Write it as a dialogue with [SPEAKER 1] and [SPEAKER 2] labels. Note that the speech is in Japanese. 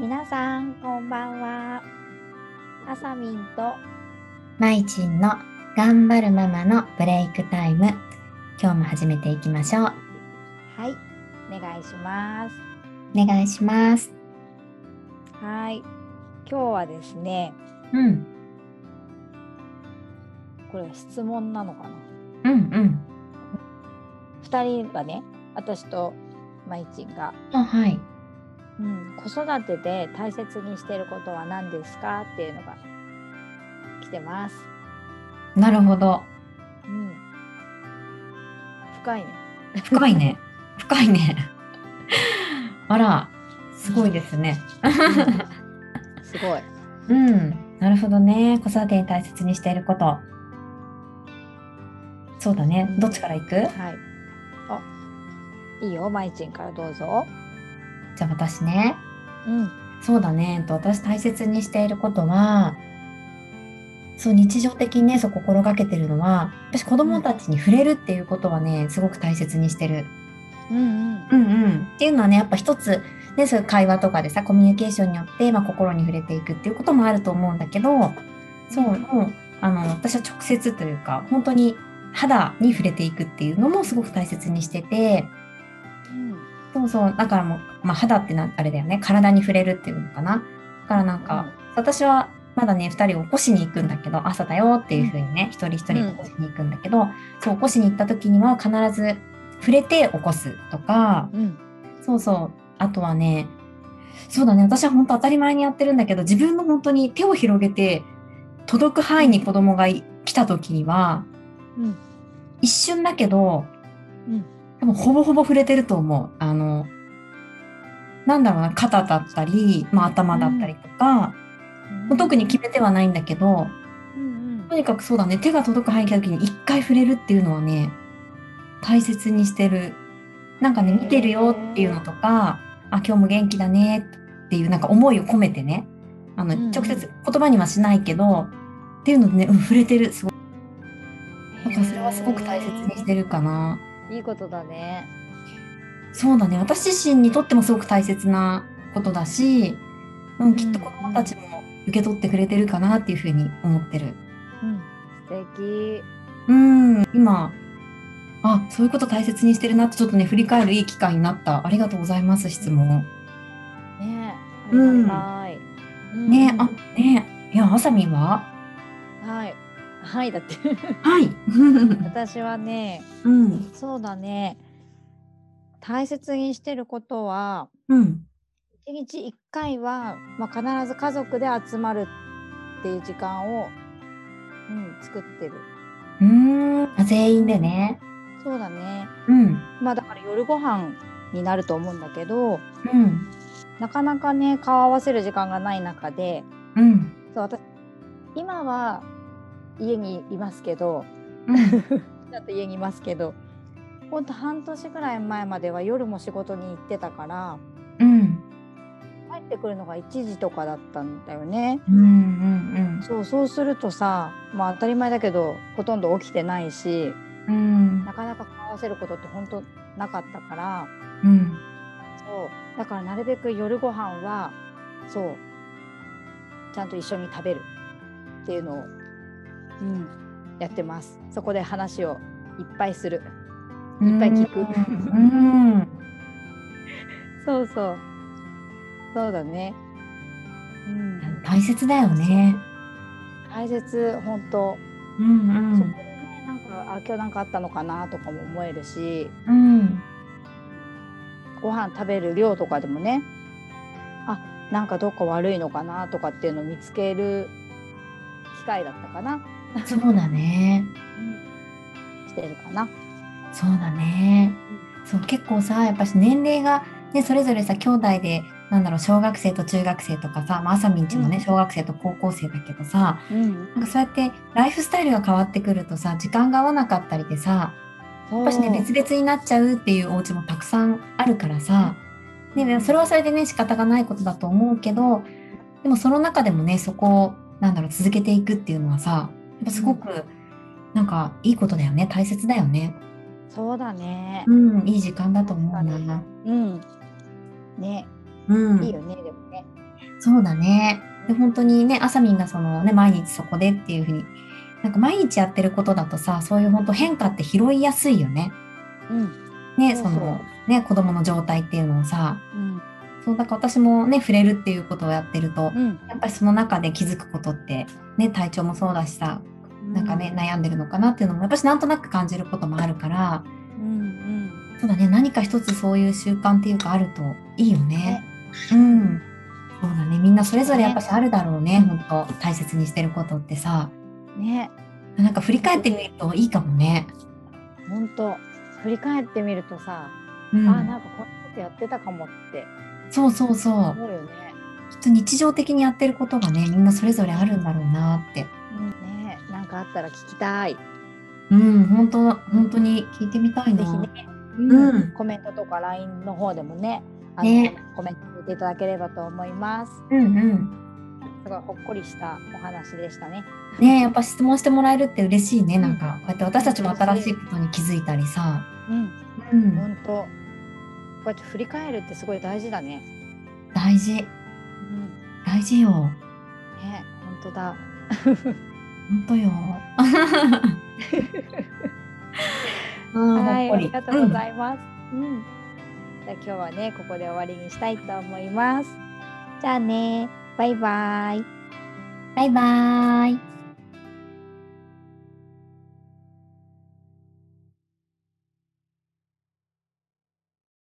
[SPEAKER 1] 皆さんこんばんはあさみんと
[SPEAKER 2] まいちんの頑張るママのブレイクタイム今日も始めていきましょう
[SPEAKER 1] はいお願いします
[SPEAKER 2] お願いします
[SPEAKER 1] はい今日はですね
[SPEAKER 2] うん
[SPEAKER 1] これは質問なのかな
[SPEAKER 2] うんうん
[SPEAKER 1] 2人はね私とまいちんが、
[SPEAKER 2] あはい
[SPEAKER 1] うん、子育てで大切にしてることは何ですかっていうのが来てます、
[SPEAKER 2] なるほど
[SPEAKER 1] うん、深いね
[SPEAKER 2] 深い ね深いねあらすごいですね
[SPEAKER 1] すごい
[SPEAKER 2] うんなるほどね子育てに大切にしていることそうだねどっちから行く
[SPEAKER 1] はいあいいよまいちんからどうぞ
[SPEAKER 2] じゃあ私ね
[SPEAKER 1] うん
[SPEAKER 2] そうだね、えっと私大切にしていることは、そう日常的にね、そう心がけてるのは、私子供たちに触れるっていうことはね、すごく大切にしてる。
[SPEAKER 1] うんうん
[SPEAKER 2] うんうん。っていうのはね、やっぱ一つ、ね、そういう会話とかでさ、コミュニケーションによって、まあ、心に触れていくっていうこともあると思うんだけど、そう、もう、あの、私は直接というか、本当に肌に触れていくっていうのもすごく大切にしてて、
[SPEAKER 1] うん
[SPEAKER 2] そうそう。だからもう、まあ、肌ってなあれだよね。体に触れるっていうのかな。だからなんか、私はまだね、2人を起こしに行くんだけど、朝だよっていう風にね、一人一人起こしに行くんだけど、そう、起こしに行った時には必ず触れて起こすとか、
[SPEAKER 1] うん
[SPEAKER 2] そうそう。あとはね、そうだね、私は本当当たり前にやってるんだけど、自分の本当に手を広げて、届く範囲に子供がい来た時には、
[SPEAKER 1] うん
[SPEAKER 2] 一瞬だけど、
[SPEAKER 1] うん
[SPEAKER 2] 多分ほぼほぼ触れてると思う。あの、なんだろうな、肩だったり、まあ、頭だったりとか、
[SPEAKER 1] う
[SPEAKER 2] も
[SPEAKER 1] ん
[SPEAKER 2] う特に決めてはないんだけど、
[SPEAKER 1] うん
[SPEAKER 2] とにかくそうだね、手が届く範囲に来た時に一回触れるっていうのはね、大切にしてる。なんか
[SPEAKER 1] へ
[SPEAKER 2] ね、
[SPEAKER 1] ー
[SPEAKER 2] 見てるよっていうのとか、あ、今日も元気だねっていうなんか思いを込めてね、あの、
[SPEAKER 1] うんうん
[SPEAKER 2] 直接言葉にはしないけど、っていうのでね、うん、触れてる、すごい。
[SPEAKER 1] う
[SPEAKER 2] なんんかそれはすごく大切にしてるかな。
[SPEAKER 1] いいことだね
[SPEAKER 2] そうだね私自身にとってもすごく大切なことだし、う
[SPEAKER 1] うん
[SPEAKER 2] ん、きっと子どもたちも受け取ってくれてるかなっていうふうに思ってる。
[SPEAKER 1] うん素敵
[SPEAKER 2] うん今あそういうこと大切にしてるなってちょっとね振り返るいい機会になったありがとうございます質問。
[SPEAKER 1] ねえ
[SPEAKER 2] うん
[SPEAKER 1] はい
[SPEAKER 2] ねあねいやあさみんは
[SPEAKER 1] はいはいだって
[SPEAKER 2] はい。
[SPEAKER 1] 私はね
[SPEAKER 2] うん
[SPEAKER 1] そうだね大切にしてることは
[SPEAKER 2] うん
[SPEAKER 1] 一日一回は、まあ、必ず家族で集まるっていう時間を、うん、作ってる
[SPEAKER 2] うーんあ全員でね。
[SPEAKER 1] そうだね
[SPEAKER 2] うん
[SPEAKER 1] まあだから夜ご飯になると思うんだけど
[SPEAKER 2] うん
[SPEAKER 1] なかなかね顔合わせる時間がない中で
[SPEAKER 2] うん
[SPEAKER 1] そう私今は家にいますけど
[SPEAKER 2] うん
[SPEAKER 1] ちょっと家にいますけどほんと半年ぐらい前までは夜も仕事に行ってたから
[SPEAKER 2] うん
[SPEAKER 1] 帰ってくるのが1時とかだったんだよね。
[SPEAKER 2] うんうん
[SPEAKER 1] そうそうするとさ、まあ、当たり前だけどほとんど起きてないし
[SPEAKER 2] うんうん
[SPEAKER 1] なかなか顔合わせることって本当なかったから
[SPEAKER 2] うん
[SPEAKER 1] そうだからなるべく夜ご飯はそうちゃんと一緒に食べるっていうのを、うん、やってますそこで話をいっぱいするいっぱい聞く
[SPEAKER 2] うんうん
[SPEAKER 1] そうそうそうだねうん
[SPEAKER 2] 大切だよね。
[SPEAKER 1] 大切本当、
[SPEAKER 2] うん
[SPEAKER 1] そこでねなんかあ今日なんかあったのかなとかも思えるし
[SPEAKER 2] うん。
[SPEAKER 1] ご飯食べる量とかでもねあなんかどっか悪いのかなとかっていうのを見つける機会だったかな、
[SPEAKER 2] そうだね。
[SPEAKER 1] してるかな。
[SPEAKER 2] そうだね。そう結構さ、やっぱし年齢がねそれぞれさ兄弟でなんだろう小学生と中学生とかさ、まあ朝みんちもね、
[SPEAKER 1] うん
[SPEAKER 2] 小学生と高校生だけどさ、
[SPEAKER 1] うん、
[SPEAKER 2] なんかそうやってライフスタイルが変わってくるとさ、時間が合わなかったりでさ、
[SPEAKER 1] そ
[SPEAKER 2] や
[SPEAKER 1] う
[SPEAKER 2] っぱしね別々になっちゃうっていうお家もたくさんあるからさ、ね、それはそれでね仕方がないことだと思うけどでもその中でもねそこをなんだろう続けていくっていうのはさやっぱすごく、なんかいいことだよね大切だよね、
[SPEAKER 1] そうだね。
[SPEAKER 2] うん、いい時間だと思う
[SPEAKER 1] 確か
[SPEAKER 2] な、
[SPEAKER 1] うん、ね、
[SPEAKER 2] うん、
[SPEAKER 1] いいよね、でもね。
[SPEAKER 2] そうだね。で本当にねあさみんがそのね毎日そこでっていうふうになんか毎日やってることだとさそういう本当変化って拾いやすいよね。
[SPEAKER 1] うん
[SPEAKER 2] ね
[SPEAKER 1] そ
[SPEAKER 2] そう
[SPEAKER 1] そう
[SPEAKER 2] のね子供の状態っていうのをさ
[SPEAKER 1] うん
[SPEAKER 2] そうだから私もね触れるっていうことをやってると、
[SPEAKER 1] うん
[SPEAKER 2] やっぱりその中で気づくことってね体調もそうだしさなんかね、悩んでるのかなっていうのも私なんとなく感じることもあるから
[SPEAKER 1] うん
[SPEAKER 2] そうだね何か一つそういう習慣っていうかあるといいよね。うんそうだねみんなそれぞれやっぱしあるだろうね本当大切にしてることってさ
[SPEAKER 1] うんね
[SPEAKER 2] なんか振り返ってみるといいかもね。
[SPEAKER 1] 本当振り返ってみるとさ、
[SPEAKER 2] うん、
[SPEAKER 1] あなんかこんなことやってたかもって
[SPEAKER 2] そうそうそう
[SPEAKER 1] 思うよね。
[SPEAKER 2] きっと日常的にやってることがねみんなそれぞれあるんだろうなって
[SPEAKER 1] うん、ねなんかあったら聞きたい。ぜ
[SPEAKER 2] うん本当本当に聞いてみたい
[SPEAKER 1] ひ
[SPEAKER 2] な。
[SPEAKER 1] ね、
[SPEAKER 2] うん
[SPEAKER 1] コメントとか LINE の方でもねあの
[SPEAKER 2] ね
[SPEAKER 1] コメント入れていただければと思います。
[SPEAKER 2] うんうん、
[SPEAKER 1] すごいほっこりしたお話でしたね。
[SPEAKER 2] ねやっぱ質問してもらえるって嬉しいねなんかこうやって私たちも
[SPEAKER 1] 本当
[SPEAKER 2] 新しいことに気づいたりさ。
[SPEAKER 1] うん、
[SPEAKER 2] うん、
[SPEAKER 1] 本当こうやって振り返るってすごい大事だね。
[SPEAKER 2] 大事
[SPEAKER 1] うん、ね
[SPEAKER 2] 大事よ
[SPEAKER 1] 本当だ。
[SPEAKER 2] 本 当よ。 うん
[SPEAKER 1] はい、
[SPEAKER 2] ほ
[SPEAKER 1] あ
[SPEAKER 2] っこり
[SPEAKER 1] りがとうございます。うん。じゃあ今日はね、ここで終わりにしたいと思います。じゃあね、バイバイ。
[SPEAKER 2] うんバイバーイ。